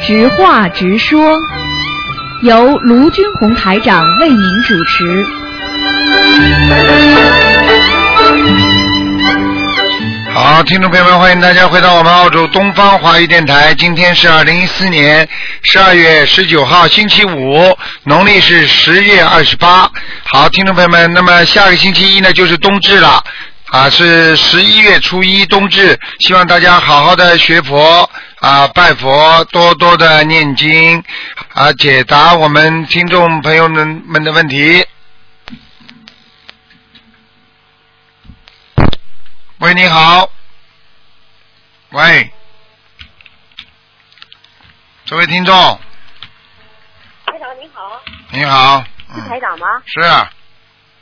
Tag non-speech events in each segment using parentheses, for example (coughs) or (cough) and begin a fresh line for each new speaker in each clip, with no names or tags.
直话直说，由卢军红台长为您主持。
好，听众朋友们，欢迎大家回到我们澳洲东方华语电台。今天是二零一四年十二月十九号，星期五，农历是十月二十八。好，听众朋友们，那么下个星期一呢，就是冬至了。啊，是十一月初一冬至，希望大家好好的学佛啊，拜佛，多多的念经啊，解答我们听众朋友们们的问题。喂，你好。喂，这位听众，
台长您好，
你好，
是台
嗯，
长吗？
是啊，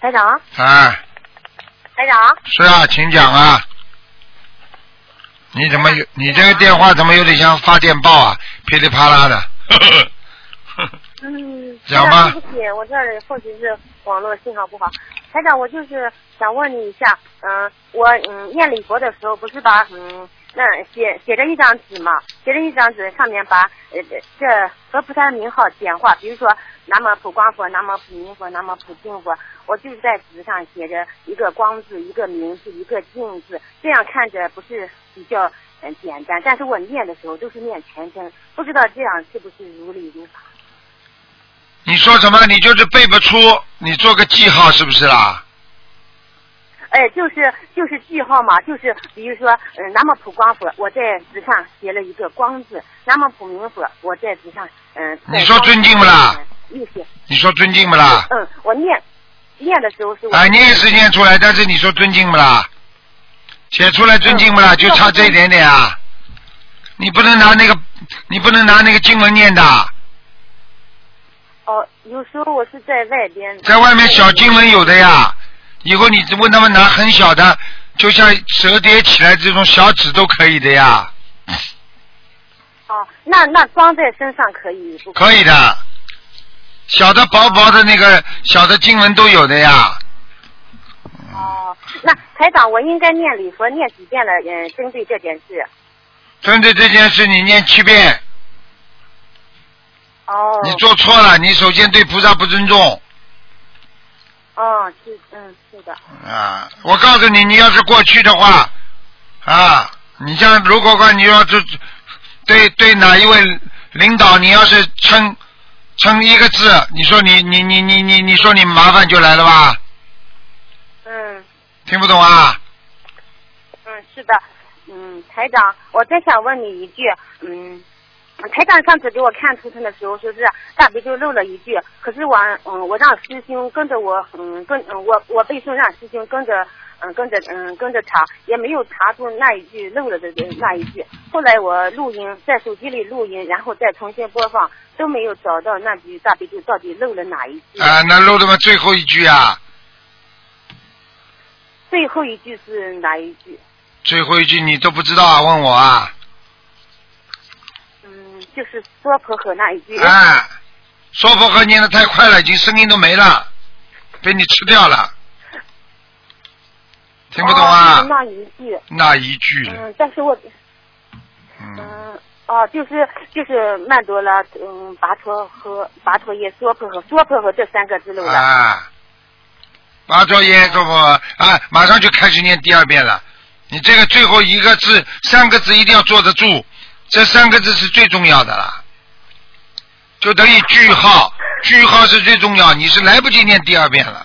台长，
哎，
台长，
是啊，请讲啊。你怎么有？
啊
你这个电话怎么有点像发电报啊？噼里啪啦
(laughs)
的。
嗯，
讲
台
吧
长对不起，我这儿或许是网络信号不好。台长，我就是想问你一下，嗯、我嗯念礼佛的时候，不是把嗯那写写着一张纸嘛，写着一张纸上面把呃这这和菩萨的名号简化，比如说南无普光佛，南无普明佛，南无普净佛，我就是在纸上写着一个光字，一个明字，一个净字，这样看着不是比较嗯简单，但是我念的时候都是念全称，不知道这样是不是如理如法。
你说什么？你就是背不出，你做个记号是不是啦？
哎，就是就是句号嘛，就是比如说，嗯，南无普光佛，我在纸上写了一个光字；南无普明佛，我在纸上，嗯，
你说尊敬不啦？
又写，
你说尊敬不啦？
嗯，我念念的时候是我，
啊，念是念出来，但是你说尊敬不啦？写出来尊敬不啦？
嗯
就差这一点点啊！你不能拿那个，你不能拿那个经文念的，
哦，有时候我是在外边，哦
在外面小经文有的呀。以后你问他们拿很小的，就像折叠起来这种小纸都可以的呀，
哦，那那装在身上可以不？
可以的。小的薄薄的那个小的经文都有的呀。
哦，那台长，我应该念礼佛念几遍了？嗯，针对这件事。
针对这件事，你念七遍。
哦，
你做错了，你首先对菩萨不尊重
哦，是，嗯，是的，
啊！我告诉你，你要是过去的话，啊，你像如果说你要是对对哪一位领导，你要是称称一个字，你说你你你你你你说你麻烦就来了吧？
嗯。
听不懂啊？
嗯，是的，嗯，台长，我再想问你一句，嗯，台长上次给我看图腾的时候说是大悲咒漏了一句，可是我嗯，我让师兄跟着我，嗯，跟嗯我我背诵让师兄跟着。嗯，跟着嗯跟着查，也没有查出那一句漏了的呃那一句。后来我录音，在手机里录音，然后再重新播放，都没有找到那句大悲咒到底漏了哪一句。
啊，那漏他妈最后一句啊，
最后一句是哪一句？
最后一句你都不知道啊？问我啊？
嗯，就是娑婆诃那一句。
啊，说佛和念的太快了，已经声音都没了，被你吃掉了，听不懂啊？
哦就是那一句，
那一句了，
嗯，但是我，
嗯，
嗯，哦，就是就是曼多拉，嗯，跋陀和跋陀耶娑婆诃娑婆诃这三个字漏了。
啊，马卓耶说佛啊，马上就开始念第二遍了。你这个最后一个字，三个字一定要坐得住，这三个字是最重要的啦，就等于句号，句号是最重要，你是来不及念第二遍了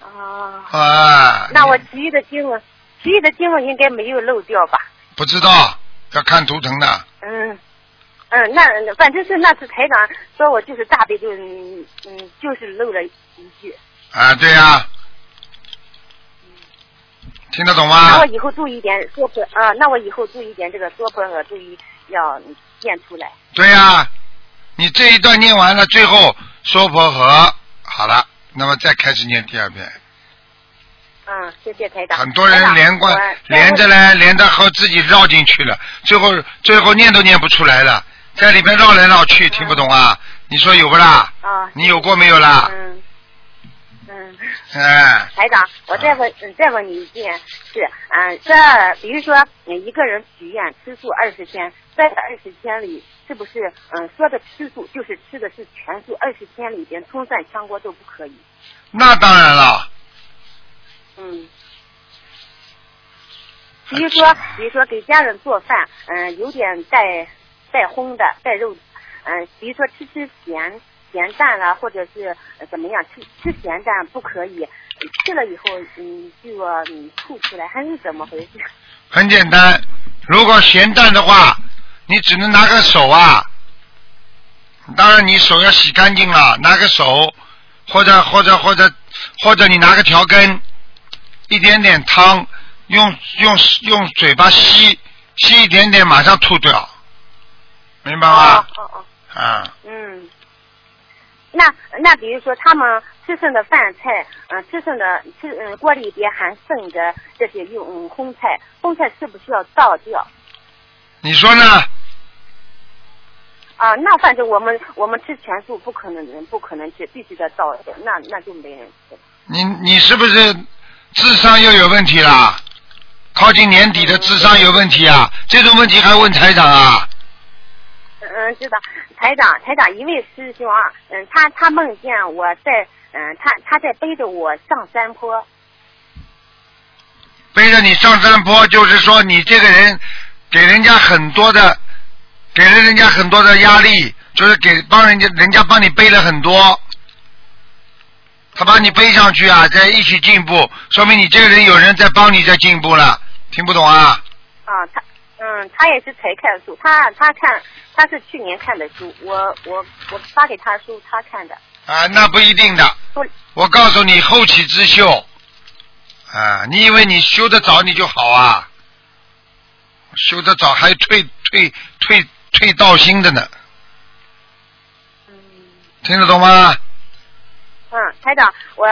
啊，
啊。
那我
你
其余的经文，其余的经文应该没有漏掉吧？
不知道，要看图腾的。
嗯。嗯，那反正是那次台长说我就是大悲咒，嗯嗯，就是漏了一句，
啊，对呀、听得懂
那
吗
我？以后注意点娑婆啊，那我以后注意点这个娑婆诃，注意要念出来。
对呀、你这一段念完了，最后娑婆诃，好了，那么再开始念第二遍。
嗯，谢谢台长。
很多
台
人
长
连贯
我再
连着
问
来，连着后自己绕进去了，最后最后念都念不出来了，在里面绕来
嗯
绕去，听不懂啊？你说有不啦？
啊，
你有过没有啦？
嗯，嗯，嗯。
哎，
台长，我再问，嗯再问你一件事，嗯、这比如说嗯一个人许愿吃素二十天，在这二十天里，是不是嗯、说的吃素就是吃的是全素，二十天里边葱蒜香锅都不可以？
那当然了，
嗯。比如说，比如说给家人做饭，嗯、有点带带荤的，带肉，嗯、比如说吃吃咸咸淡啦，或者是、呃怎么样，吃吃咸淡不可以，吃了以后，嗯，就要嗯吐出来，还是怎么回事？
很简单。如果咸淡的话，你只能拿个手啊，当然你手要洗干净了，拿个手，或者或者或者或者你拿个调羹，一点点汤，用用用嘴巴吸吸一点点，马上吐掉，明白吗
哦？哦哦，
啊、
嗯。那那比如说他们吃剩的饭菜，嗯、吃剩的吃嗯、锅里边还剩的这些用嗯荤菜，荤菜是不是要倒掉？
你说呢？
啊，那反正我们我们吃全素不可能，不可能吃，必须得倒的，那那就没人吃。
你你是不是智商又有问题啦？靠近年底的智商有问题啊？这种问题还问台长啊？
嗯，知道，台长，台长，一位师兄啊，嗯，他他梦见我在，嗯，他他在背着我上山坡，
背着你上山坡，就是说你这个人给人家很多的，给了人家很多的压力，就是给帮人家，人家帮你背了很多，他把你背上去啊，在一起进步，说明你这个人有人在帮你在进步了，听不懂啊？
啊，他，嗯，他也是才看书，他他看他是去年看的书，我我我发给他书，他看的，
啊，那不一定的。
说，
我告诉你，后起之秀，啊，你以为你修得早你就好啊？修得早还退退退退道心的呢，
嗯。
听得懂吗？
嗯，台长，我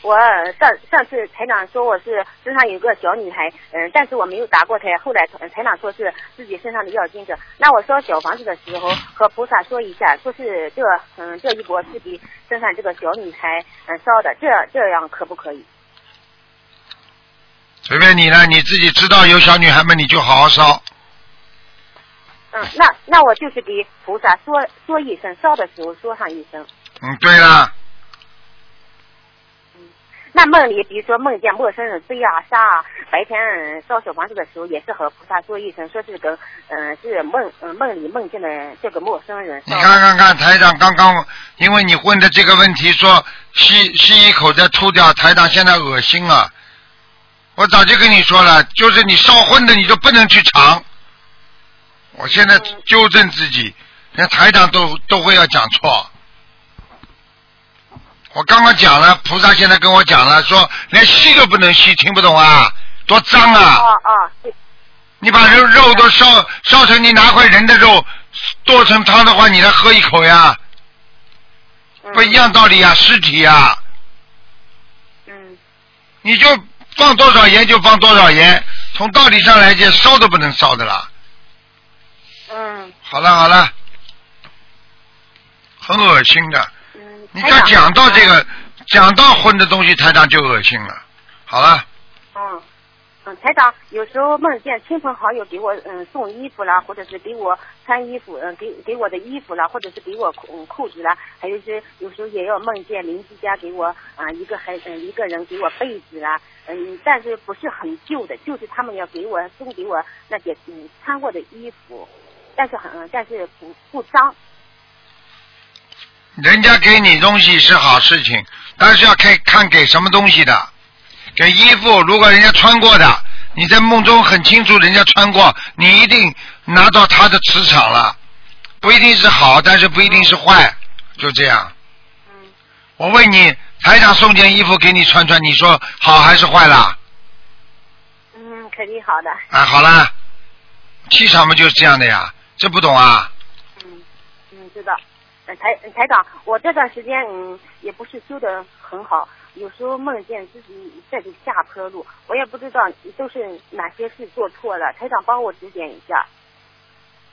我上上次台长说我是身上有个小女孩，嗯，但是我没有打过胎。后来呃台长说是自己身上的要经者。那我烧小房子的时候和菩萨说一下，说是这嗯这一波是给身上这个小女孩嗯烧的，这这样可不可以？
随便你了，你自己知道有小女孩们，你就好好烧。
嗯，那那我就是给菩萨说说一声，烧的时候说上一声。
嗯，对了，
那梦里，比如说梦见陌生人追啊杀啊，白天嗯烧小房子的时候，也是和菩萨说一声，说是跟嗯、是梦嗯、梦里梦见的这个陌生人。
你看看看，台长刚刚因为你问的这个问题说吸吸一口再吐掉，台长现在恶心了。我早就跟你说了，就是你烧荤的你就不能去尝。我现在
嗯
纠正自己，连台长都都会要讲错。我刚刚讲了，菩萨现在跟我讲了，说连吸都不能吸，听不懂啊，多脏啊！
哦哦，对，
你把肉肉都烧烧成，你拿块人的肉剁成汤的话，你来喝一口呀，
嗯、
不一样道理呀，啊尸体呀，
嗯。
你就放多少盐就放多少盐，从道理上来讲，烧都不能烧的啦。
嗯
好了好了，很恶心的，
嗯，
你只要
台长嗯
讲到这，个，讲到荤的东西，台长就恶心了。好了，
嗯嗯，台长有时候梦见亲朋好友给我嗯送衣服啦，或者是给我穿衣服，嗯给给我的衣服啦，或者是给我裤嗯裤子啦，还有是有时候也要梦见邻居家给我啊、一个孩嗯一个人给我被子啦，嗯但是不是很旧的，就是他们要给我送给我那些嗯穿过的衣服，但是很、嗯但是不不脏，
人家给你东西是好事情，但是要看看给什么东西的。给衣服，如果人家穿过的，你在梦中很清楚人家穿过，你一定拿到他的磁场了，不一定是好，但是不一定是坏，就这样。
嗯
我问你，台长送件衣服给你穿穿，你说好还是坏啦？
嗯肯定好的，
啊，好啦，气场嘛就是这样的呀，这不懂啊？
嗯，嗯，知道。呃台呃台长，我这段时间嗯也不是修的很好，有时候梦见自己在走下坡路，我也不知道都是哪些事做错了。台长帮我指点一下。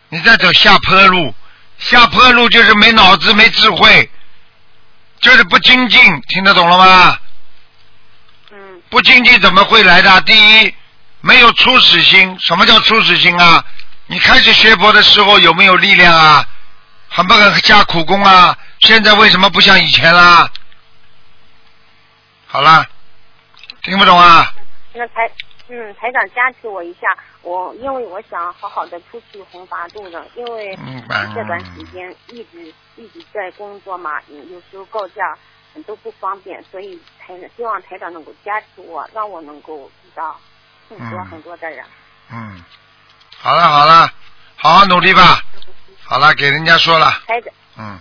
你在走下坡路，下坡路就是没脑子、没智慧，就是不精进，听得懂了吗？
嗯
禁忌怎么会来的？第一，没有初始心。什么叫初始心啊？你开始学佛的时候有没有力量啊？很不很下苦功啊？现在为什么不像以前啦？好啦，听不懂啊？
那台嗯台长加持我一下，我因为我想好好的出去弘法度呢，因为
嗯嗯
这段时间一直一直在工作嘛，嗯有时候告假嗯都不方便，所以台长希望台长能够加持我，让我能够遇到很多
嗯
很多的人。
嗯，好了好了，好好努力吧。好了，给人家说了，
台长。
嗯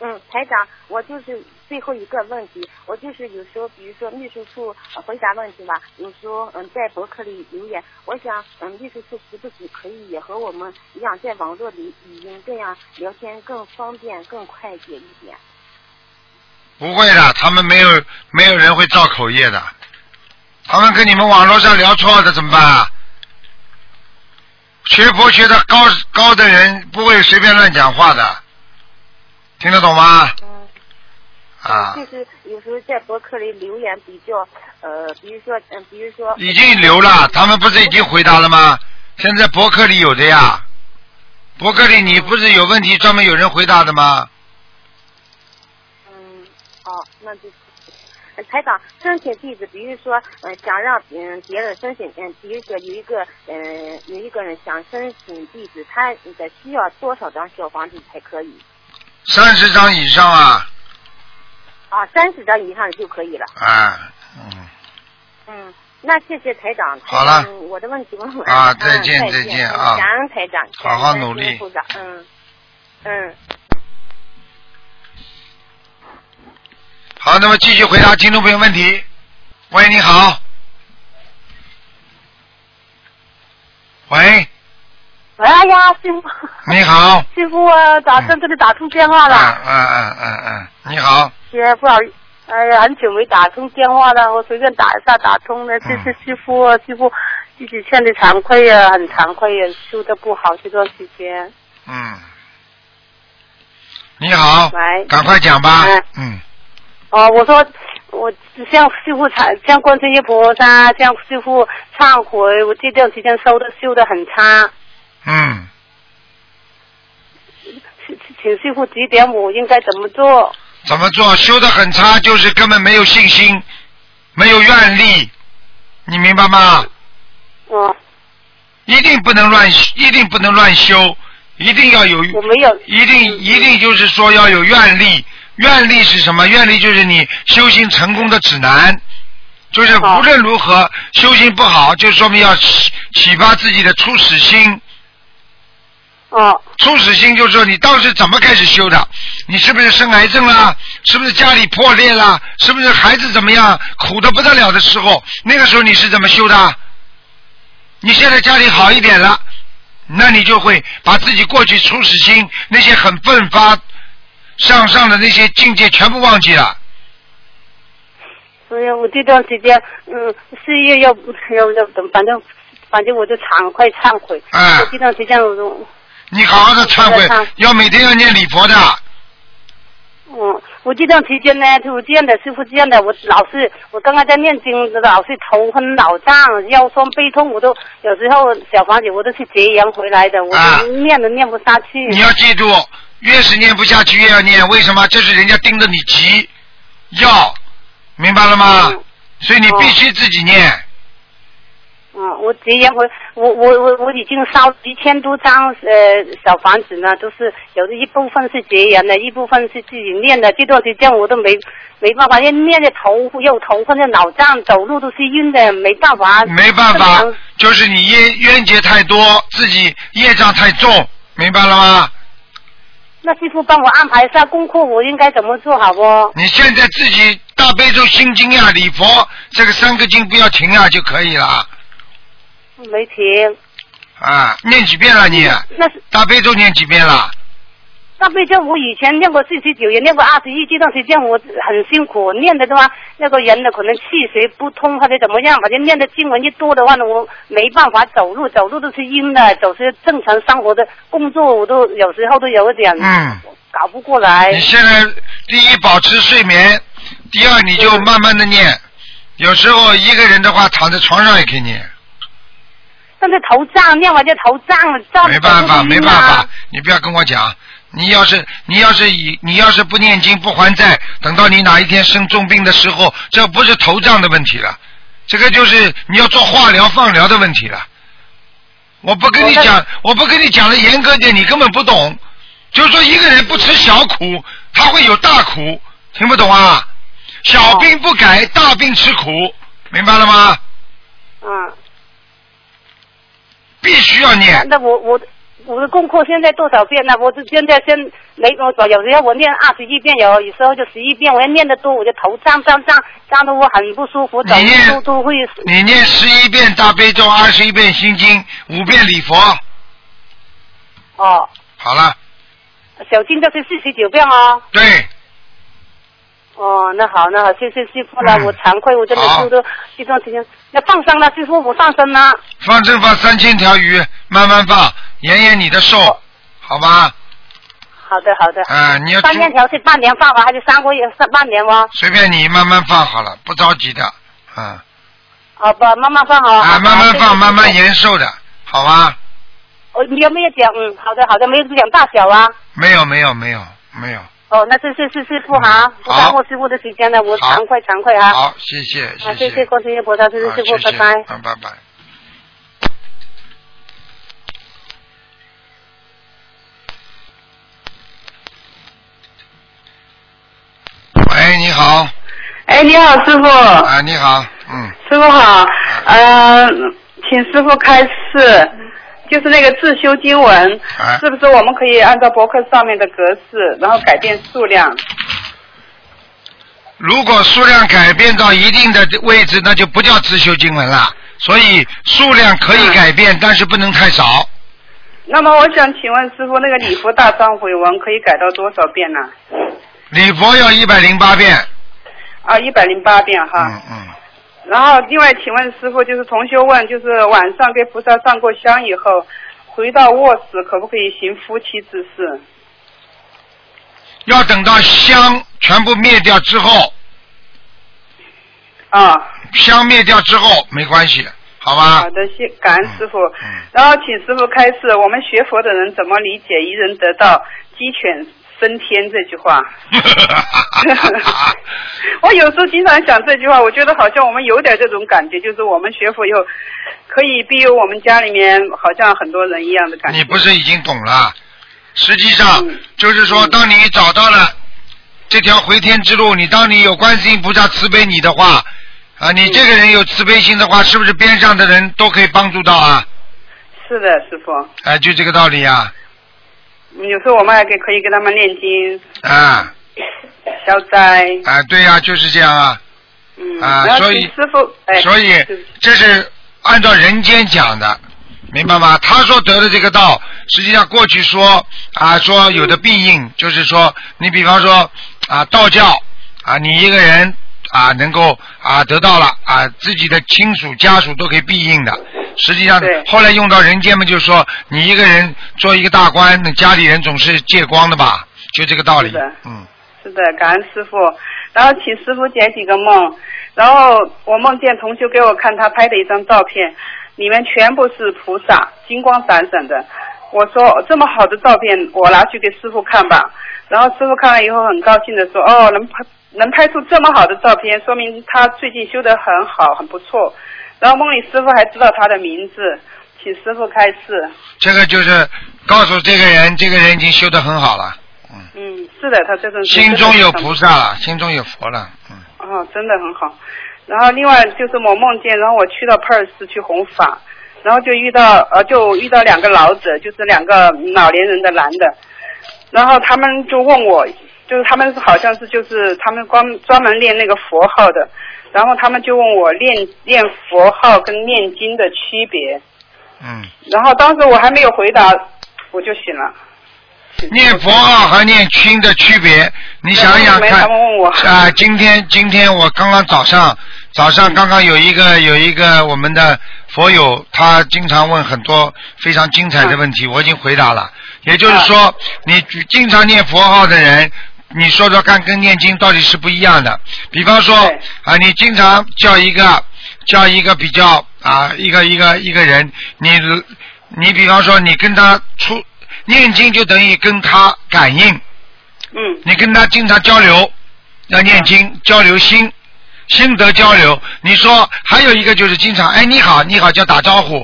嗯，台长，我就是最后一个问题，我就是有时候，比如说秘书处呃回答问题吧，有时候嗯在博客里留言，我想嗯秘书处时不时可以也和我们一样在网络里语音这样聊天更方便更快捷一点。
不会的，他们没有没有人会造口业的，他们跟你们网络上聊错的怎么办啊？学佛学的高高的人不会随便乱讲话的，听得懂吗？
嗯，
啊，
就是有时候在博客里留言比较呃，比如说嗯、比如说
已经留了，他们不是已经回答了吗？现在博客里有的呀，博客里你不是有问题专门有人回答的吗？
嗯，好，那就。呃台长，申请弟子，比如说，呃，想让嗯别人申请，嗯，比如说有一个，嗯，有一个人想申请弟子，他得需要多少张小房子才可以？
三十张以上啊，
啊，三十张以上就可以了。
啊，嗯，
嗯，那谢谢台长。
好了
嗯、我的问题问完了。
啊
嗯
再见
再
再见啊
感恩台长，
好好
感恩
努力
观世音菩萨嗯嗯，
好，那么继续回答听众朋友问题。喂，你好。喂，
哎呀，师傅，
你好。
师傅，我打算这里打通电话
嗯
了，
嗯嗯嗯嗯，你好。
也不好意，哎呀，很久没打通电话了，我随便打一下打通了。这次师傅，师傅自己欠的惭愧呀，很惭愧呀，修的不好这段时间。
嗯。你好
喂，
赶快讲吧
哎。
嗯
哦，我说我向师傅忏，向观世音菩萨，向师傅忏悔，我这段时间修的修的很差，
嗯，
请请师傅指点我应该怎么做。
怎么做？修的很差，就是根本没有信心，没有愿力，你明白吗？
哦，
一定不能乱，一定不能乱修，一定要有，
我没有，
一定一定就是说要有愿力。愿力是什么？愿力就是你修行成功的指南，就是
好
无论如何修行不好，就说明要启启发自己的初始心。
哦，
初始心就是说你当时怎么开始修的？你是不是生癌症啦？是不是家里破裂啦？是不是孩子怎么样苦的不得了的时候？那个时候你是怎么修的？你现在家里好一点了，那你就会把自己过去初始心那些很奋发向上的那些境界全部忘记了。
所以我这段时间，嗯，事业要要要怎么，反正反正我就惭愧忏悔。
哎
我这段时间我都，
你好好的忏
我知道
悔，要每天要念礼佛的。
嗯，我这段时间呢，就是这样的，师傅这样的，我老是我刚刚在念经，老是头昏脑胀、腰酸背痛，我都有时候小房子我都是结缘回来的，我
啊
都念都念不下去。
你要记住，越是念不下去越要念，为什么？这是人家盯着你急，要，明白了吗？
嗯
所以你必须自己念，
嗯，我结缘回，我我我我已经烧一千多张呃小房子呢，都是有的一部分是结缘的，一部分是自己念的。这段时间我都没没办法，又念的头又头昏又脑胀，走路都是晕的，没办
哦
法。
没办法
嗯
这么长，
就是你冤冤结太多，自己业障太重，明白了吗？
那师傅帮我安排一下功课，我应该怎么做好不？
你现在自己大悲咒、心经呀、礼佛这个三个经不要停啊就可以了
没停。
啊，念几遍了你？
嗯
那是
大悲咒念几遍了？
那背咒我以前念过四十九，也念过二十一，这段时间我很辛苦，念的的话，那个人呢可能气血不通或者怎么样，反正念的经文一多的话呢，我没办法走路，走路都是晕的，走是正常生活的工作我都有时候都有一点
嗯。
搞不过来
你。现在第一保持睡眠，第二你就慢慢的念，有时候一个人的话，躺在床上也给你，
但是头胀，念完就头胀了，胀
没办法，没办
啊
法，你不要跟我讲。你要是你要是以你要是不念经不还债，等到你哪一天生重病的时候，这不是头胀的问题了，这个就是你要做化疗放疗的问题了。我不跟你讲，我不跟你讲的严格点，你根本不懂。就是说，一个人不吃小苦，他会有大苦，听不懂啊？小病不改，大病吃苦，明白了吗？
嗯，
必须要念。
那我我我的功课现在多少遍呢？我就现在先没我有时候我念二十一遍，有有时候就十一遍。我要念的多，我就头胀胀胀胀的我很不舒服，走
你念
路都会
你念十一遍大悲咒，二十一遍心经，五遍礼佛，
哦。
好了。
小金这是四十九遍哦。
对，
哦，那好，那好，谢谢师傅了，我惭愧，我真的
嗯好
修的这段时间，那放生了，师傅我放生了。
放正放三千条鱼，慢慢放，延延你的寿，好吧？
好的，好的。
啊你要
三
注
千条是半年放啊吧，还是三个月三半年哦？
随便你慢慢放好了，不着急的，嗯，
好吧，慢慢放哦。
啊，慢慢放，慢慢
演。
延寿的，好吧？
我你有没有讲？嗯，好的，好的，没有讲大小啊。
没有，没有，没有，没有，
哦，那这是是师傅哈，不
好
耽误师傅的时间了，我
好
惭愧惭愧啊。
好，谢谢，
啊，
谢
谢
谢
谢，观世音菩萨，谢谢
啊
师
谢
傅，
谢
拜拜。
嗯，拜拜。喂，你好，
哎，你好，师傅，
啊，你好，嗯，
师傅好， (laughs) 呃，请师傅开示，就是那个自修经文，
哎
是不是我们可以按照博客上面的格式，然后改变数量？
如果数量改变到一定的位置，那就不叫自修经文了。所以数量可以改
嗯
变，但是不能太少。
那么我想请问师傅，那个礼佛大忏悔文可以改到多少遍呢？
礼佛要一百零八遍。
啊，一百零八遍哈。
嗯嗯。
然后另外请问师傅，就是同修问，就是晚上给菩萨上过香以后，回到卧室可不可以行夫妻之事？
要等到香全部灭掉之后，
啊，
香灭掉之后没关系，好吧
好？的，谢感恩师傅。
啊嗯
然后请师傅开示，我们学佛的人怎么理解“一人得道，鸡犬升天”这
(laughs)
句话？我有时候经常想这句话，我觉得好像我们有点这种感觉，就是我们学佛以后，可以庇佑我们家里面好像很多人一样的感
(laughs)
觉。
你不是已经懂了？实际上
嗯
就是说，当你找到了这条回天之路，你当你有观世音菩萨慈悲你的话，啊，
嗯
你这个人有慈悲心的话，是不是边上的人都可以帮助到啊？
是的，师傅。
哎，就这个道理啊，
嗯有时候我们还可以可以给他们念经、
啊，
消灾。
啊，对呀、就是这样啊。
嗯，
啊
然后
所以
请师傅，哎，
所以
对不起
这是按照人间讲的，明白
嗯
吗？他说得了这个道，实际上过去说啊，说有的必应，就是说你比方说啊，道教啊，你一个人啊能够啊得到了啊，自己的亲属家属都可以必应的。实际上
对
后来用到人间嘛，就是说你一个人做一个大官，那家里人总是借光的吧，就这个道理
是的。
嗯，
是的，感恩师傅。然后请师傅解几个梦，然后我梦见同修给我看他拍的一张照片，里面全部是菩萨，金光闪闪的。我说哦这么好的照片，我拿去给师傅看吧。然后师傅看了以后很高兴的说：“哦，能拍能拍出这么好的照片，说明他最近修得很好，很不错。”然后梦里师傅还知道他的名字，请师傅开示。
这个就是告诉这个人，这个人已经修得很好了。
嗯，是的，他这种
心中有菩萨了，心中有佛了，嗯，
哦，真的很好。然后另外就是我梦见，然后我去到普洱市去弘法，然后就遇到呃就遇到两个老者，就是两个老年人的男的，然后他们就问我，就是他们是好像是就是他们光专门练那个佛号的，然后他们就问我练练佛号跟念经的区别，
嗯，
然后当时我还没有回答，我就醒了。
念佛号和念经的区别，你想想
没
看
他们问我
啊！今天今天我刚刚早上早上刚刚有一个有一个我们的佛友，他经常问很多非常
嗯
精彩的问题，我已经回答了。也就是说，你经常念佛号的人，你说说看，跟念经到底是不一样的。比方说
对
啊，你经常叫一个叫一个比较啊，一个一个一个人，你你比方说你跟他出念经，就等于跟他感应，
嗯
你跟他经常交流，要念经交流心，心得交流。你说还有一个就是经常哎你好你好叫打招呼，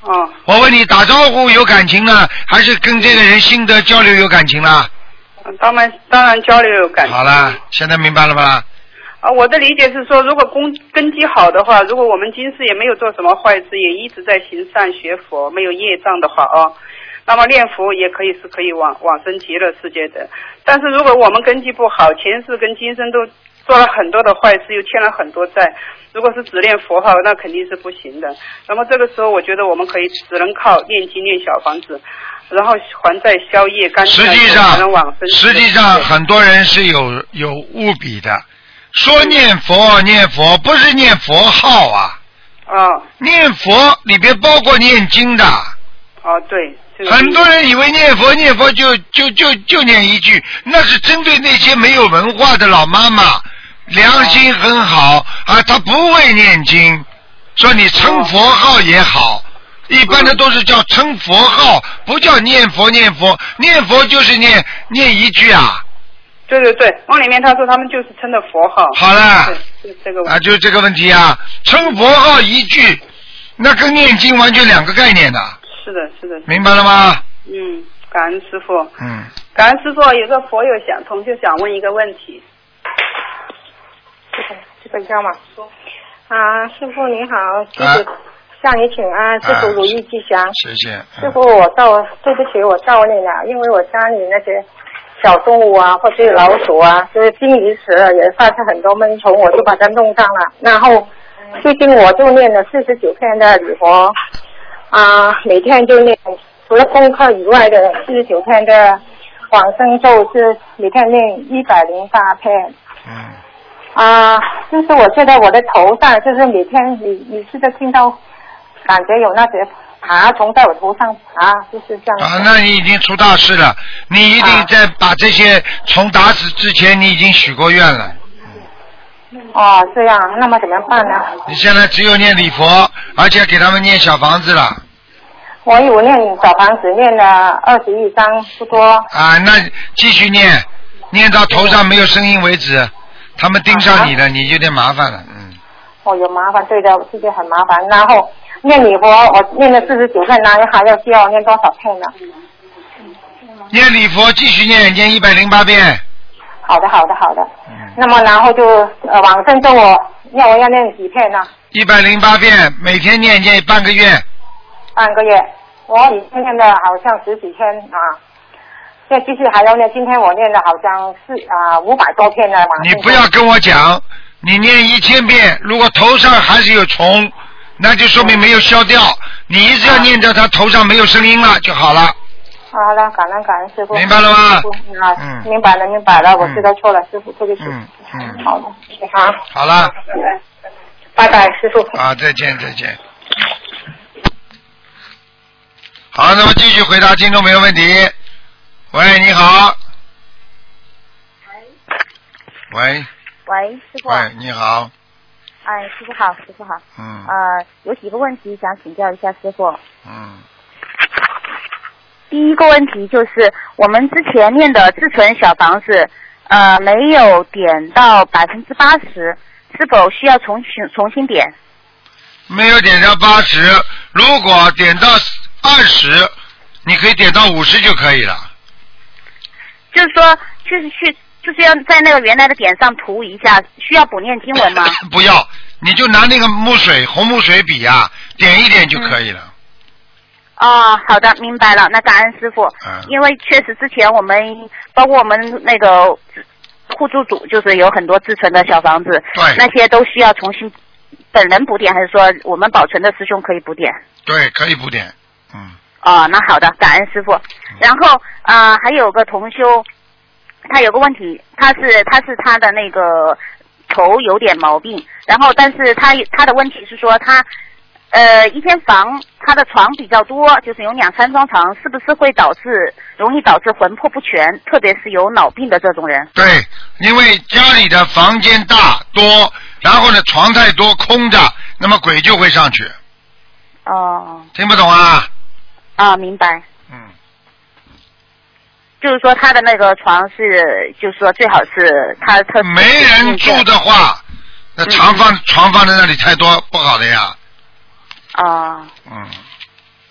哦
我问你打招呼有感情呢，还是跟这个人心得交流有感情呢？
当然当然交流有感情。
好啦，现在明白了吧啦？
啊，我的理解是说，如果根根基好的话，如果我们今世也没有做什么坏事，也一直在行善学佛，没有业障的话哦，那么念佛也可以是可以往往生极乐世界的。但是如果我们根基不好，前世跟今生都做了很多的坏事，又欠了很多债，如果是只念佛号，那肯定是不行的。那么这个时候，我觉得我们可以只能靠念经、念小房子，然后还债消业、干净
实际
才能往
上，实
生极乐世界。
际上很多人是有有误比的，说念佛
嗯
念佛不是念佛号啊，
哦
念佛里边包括念经的。
哦，对，这个
很
理解
多人以为念佛念佛就就就就念一句，那是针对那些没有文化的老妈妈，良心很好啊，她不会念经，说你称佛号也好，一般的都是叫称佛号，不叫念佛念佛，念佛就是念念一句啊，
对对对，往里面他说他们就是称的佛号。
好了
对，是这个问
啊，
题。
就是这个问题啊，称佛号一句，那跟念经完全两个概念的，
是的，是的，
明白了吗？
嗯，感恩师傅，
嗯，
感恩师傅。有个佛友想同学想问一个问题，
这本章嘛。啊，师傅您好，弟
啊
子向你请安，师傅如意吉祥。
谢谢。嗯
师傅，我到对不起，我到你了，因为我家里那些小动物啊，或者老鼠啊，就是金鱼池也发生很多蚊虫，我就把它弄脏了。然后最近我就念了四十九天的礼佛，啊，每天就念，除了功课以外的四十九天的往生咒是每天念一百零八篇。
嗯。
啊，就是我觉得我的头上，就是每天你你是在听到，感觉有那些爬虫在我头上爬，就是这样。
啊，那你已经出大事了，你一定
啊
在把这些虫打死之前，你已经许过愿了。
哦，这样，那么怎么办呢？
你现在只有念礼佛，而且给他们念小房子了
我有念小房子，念了二十一章，不多。
啊，那继续念，念到头上没有声音为止，他们盯上你了，你有点麻烦了，嗯，
哦，有麻烦，对的，我自己很麻烦。然后念礼佛，我念了四十九遍，然后还要需要念多少遍呢？
念礼佛继续念，念一百零八遍，
好的，好的，好的。
嗯，
那么然后就呃往生咒我要我要念几片呢？
一百零八遍，每天念念半个月，
半个月，我已经念了好像十几天啊，现在继续还要念。今天我念了好像是啊五百多篇了嘛。
你不要跟我讲，你念一千遍，如果头上还是有虫，那就说明没有消掉。你一直要念到它头上没有声音了就好了。
好了，感恩感恩师傅。
明白了吗
师傅啊，
嗯
明白了明白了，我
嗯
知道错了，师傅对不起。
嗯嗯，
好的，好，
好了
拜拜，师傅。
啊，再见再见。好，那么继续回答听众朋友问题。喂，你好。喂
喂，师傅，
喂，你好，
哎，师傅好，师傅好，
嗯
呃，有几个问题想请教一下师傅。
嗯
第一个问题就是我们之前念的自存小房子，呃，没有点到百分之八十，是否需要重新重新点？
没有点到八十，如果点到二十，你可以点到五十就可以了。
就是说，就是去，就是要在那个原来的点上涂一下，需要补念经文
(laughs)
吗？
(coughs) 不要，你就拿那个木水红木水笔呀、点一点就可以了。
哦，好的，明白了。那感恩师傅，
嗯
因为确实之前我们包括我们那个互助组，就是有很多自存的小房子，
对
那些都需要重新本人补点，还是说我们保存的师兄可以补点？
对，可以不点。嗯，
哦，那好的，感恩师傅。然后啊、呃还有个同修，他有个问题，他是他是他的那个头有点毛病，然后但是他他的问题是说他呃，一间房它的床比较多，就是有两三张床，是不是会导致容易导致魂魄不全，特别是有脑病的这种人？
对，因为家里的房间大多，然后呢床太多空着，那么鬼就会上去，
哦，
听不懂啊？
啊，明白。
嗯，
就是说他的那个床是，就是说最好是他特
没人住的话，那床放、床放在那里太多不好的呀。
啊、
嗯，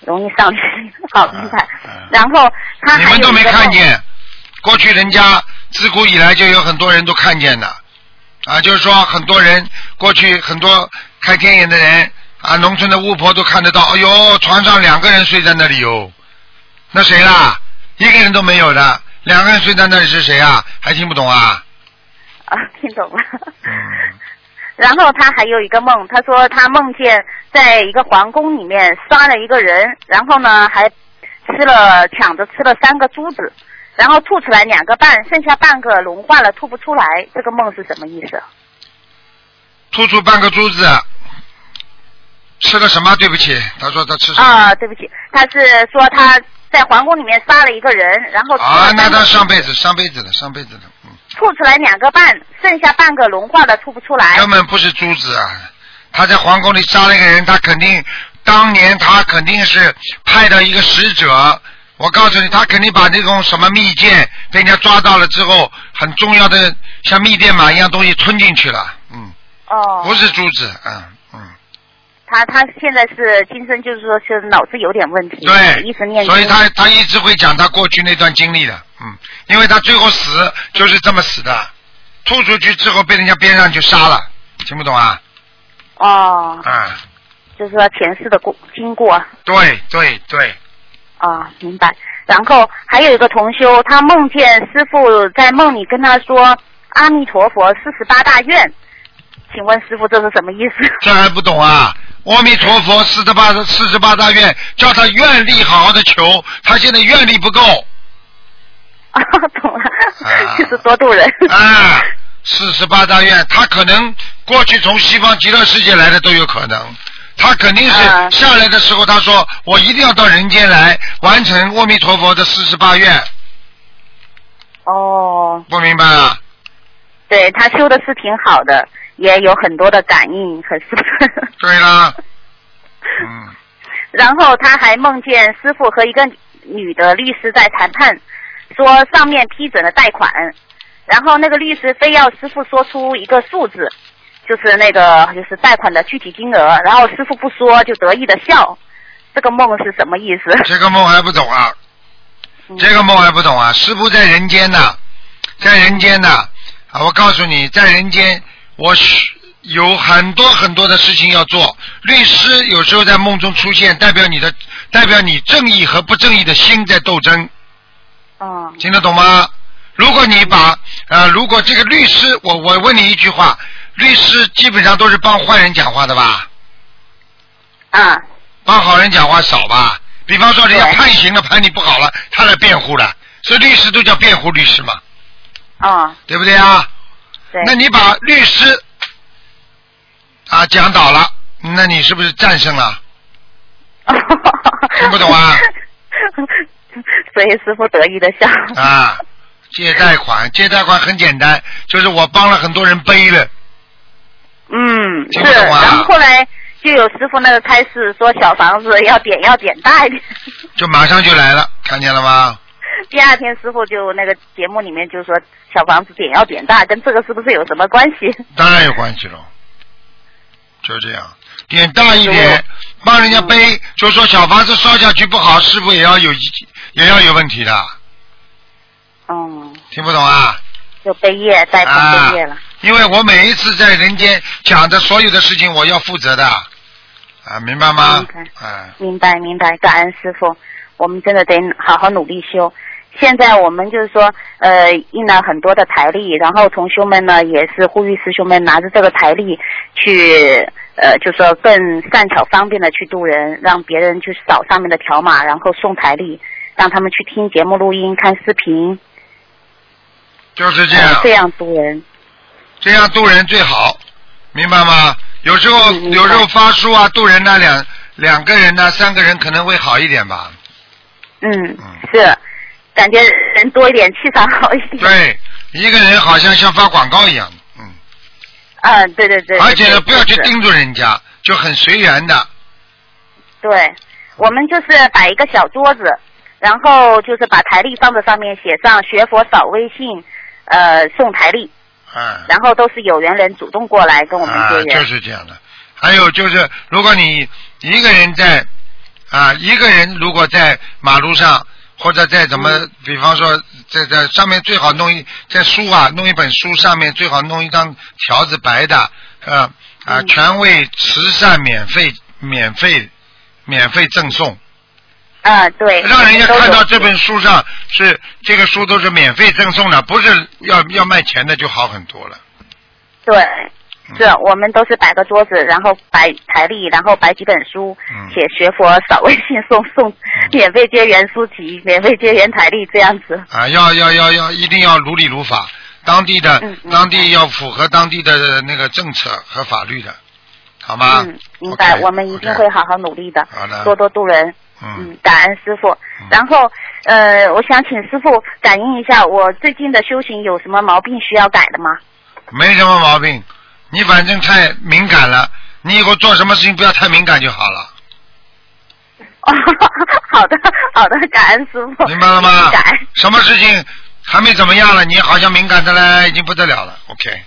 容易上去。好，明白。
嗯
(laughs) 然后他
你
还有
们
一
都没
个
看
梦
见，过去人家自古以来就有很多人都看见的，啊，就是说很多人过去很多开天眼的人啊，农村的巫婆都看得到，哎呦，床上两个人睡在那里哟，那谁啦？一个人都没有的，两个人睡在那里是谁啊？还听不懂啊？
啊，听懂了。
嗯，
(laughs) 然后他还有一个梦，他说他梦见在一个皇宫里面杀了一个人，然后呢还吃了抢着吃了三个珠子，然后吐出来两个半，剩下半个融化了吐不出来，这个梦是什么意思？
吐出半个珠子，吃了什么？对不起，他说他吃什么？
啊，对不起，他是说他在皇宫里面杀了一个人，然后吃了
啊，那
三个
他
珠
上
子
辈子上辈子的上辈子的，嗯。
吐出来两个半，剩下半个融化了吐不出来。
根本不是珠子啊！他在皇宫里杀了一个人，他肯定当年他肯定是派的一个使者。我告诉你，他肯定把那种什么密件被人家抓到了之后，很重要的像密电码一样东西吞进去了。嗯，
哦，
不是珠子，嗯嗯，
他他现在是今生就是说是脑子有点问题，一直
对，
念
所以
经
他他一直会讲他过去那段经历的，嗯，因为他最后死就是这么死的，吐出去之后被人家边上就杀了，听不懂啊？
哦，
啊、
就是说前世的过经过啊、
对对对，
明白。然后还有一个同修，他梦见师傅在梦里跟他说阿弥陀佛四十八大愿，请问师傅这是什么意思？ (laughs)
这还不懂啊？阿弥陀佛，四十八四十八大愿，叫他愿力好好的求，他现在愿力不够
啊，懂了，
啊
就是多度人。
啊。四十八大愿，他可能过去从西方极乐世界来的都有可能，他肯定是
啊
下来的时候，他说我一定要到人间来完成阿弥陀佛的四十八愿，
哦，
不明白啊？
对他修的是挺好的，也有很多的感应和师傅。
对啦，嗯，
然后他还梦见师傅和一个女的律师在谈判，说上面批准了贷款，然后那个律师非要师傅说出一个数字，就是那个就是贷款的具体金额，然后师傅不说就得意的笑，这个梦是什么意思？
(laughs) 这个梦还不懂啊？
嗯
这个梦还不懂啊？师傅在人间呢，在人间呢啊！我告诉你，在人间，我是有很多很多的事情要做。律师有时候在梦中出现，代表你的，代表你正义和不正义的心在斗争，
嗯
听得懂吗？如果你把呃，如果这个律师，我我问你一句话，律师基本上都是帮坏人讲话的吧？
啊
帮好人讲话少吧？比方说人家
对
判刑了，判你不好了，他来辩护了，所以律师都叫辩护律师嘛，
啊、
对不对啊？
对， (laughs)
那你把律师啊讲倒了，那你是不是战胜了？听不懂啊？
所以师傅得意的笑。
啊，借贷款，借贷款很简单，就是我帮了很多人背了，
嗯，
听
是，
不懂啊
然后后来就有师傅那个开始说小房子要点要点大一点，
就马上就来了，看见了吗？
第二天师傅就那个节目里面就说小房子点要点大，跟这个是不是有什么关系？
当然有关系喽，就这样，点大一点，帮人家背，就说小房子烧下去不好，师傅也要有一也要有问题的，
嗯，
听不懂啊？
就背业带
啊
宽背业了。
因为我每一次在人间讲的所有的事情，我要负责的，啊，明白吗
明白？
啊，
明白明白，感恩师傅，我们真的得好好努力修。现在我们就是说，呃，印了很多的台历，然后同修们呢也是呼吁师兄们拿着这个台历去，呃，就说更善巧方便的去度人，让别人去扫上面的条码，然后送台历，让他们去听节目录音、看视频，
就是这
呃
样
啊这，样度人。
这样度人最好，明白吗？有时候
嗯明白
有时候发书啊，渡人呐、两两个人呐、三个人可能会好一点吧。
嗯
嗯，
是，感觉人多一点，气场好一点。
对，一个人好像像发广告一样，嗯，
嗯，对对对。
而且呢，
对
不要去。
就是
盯住人家，就很随缘的。
对，我们就是摆一个小桌子，然后就是把台历放在上面，写上“学佛扫微信”，呃，送台历，
嗯，
然后都是有缘人主动过来跟我们
啊
结，缘。
就是这样的。还有就是，如果你一个人在啊，一个人如果在马路上或者在怎么，比方说在在上面最好弄一在书啊，弄一本书上面最好弄一张条子白的，呃啊，全为慈善免费免费免费赠送，
嗯，对。
让人家
都有
看到这本书上是这个书都是免费赠送的，不是要要卖钱的就好很多了。
对，
嗯
是我们都是摆个桌子，然后摆台历，然后摆几本书，
嗯
写学佛扫微信送送免费结缘书籍、免费结缘台历这样子。
啊，要要要要，一定要如理如法，当地的、
嗯嗯
当地要符合当地的那个政策和法律的，好吗？
嗯，明白
OK，
我们一定
OK
会好好努力的
好的
多多度人。
嗯
嗯，感恩师傅。然后，呃，我想请师傅感应一下，我最近的修行有什么毛病需要改的吗？ (laughs)
没什么毛病。你反正太敏感了，你以后做什么事情不要太敏感就好了。
哦，好的，好的，感恩师傅。
明白了吗
哦感恩。
什么事情还没怎么样了，你好像敏感的嘞，已经不得了了。OK，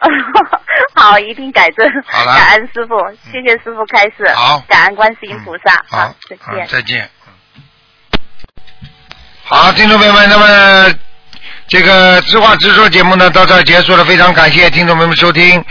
(laughs) 好，一定改正。
好了嗯
感恩师傅，谢谢师傅开示。
好
感恩观世音菩萨。
好，
再
嗯
见。
再见。嗯好，听众朋友们，那么这个直话直说节目呢到这儿结束了，非常感谢听众朋友们收听。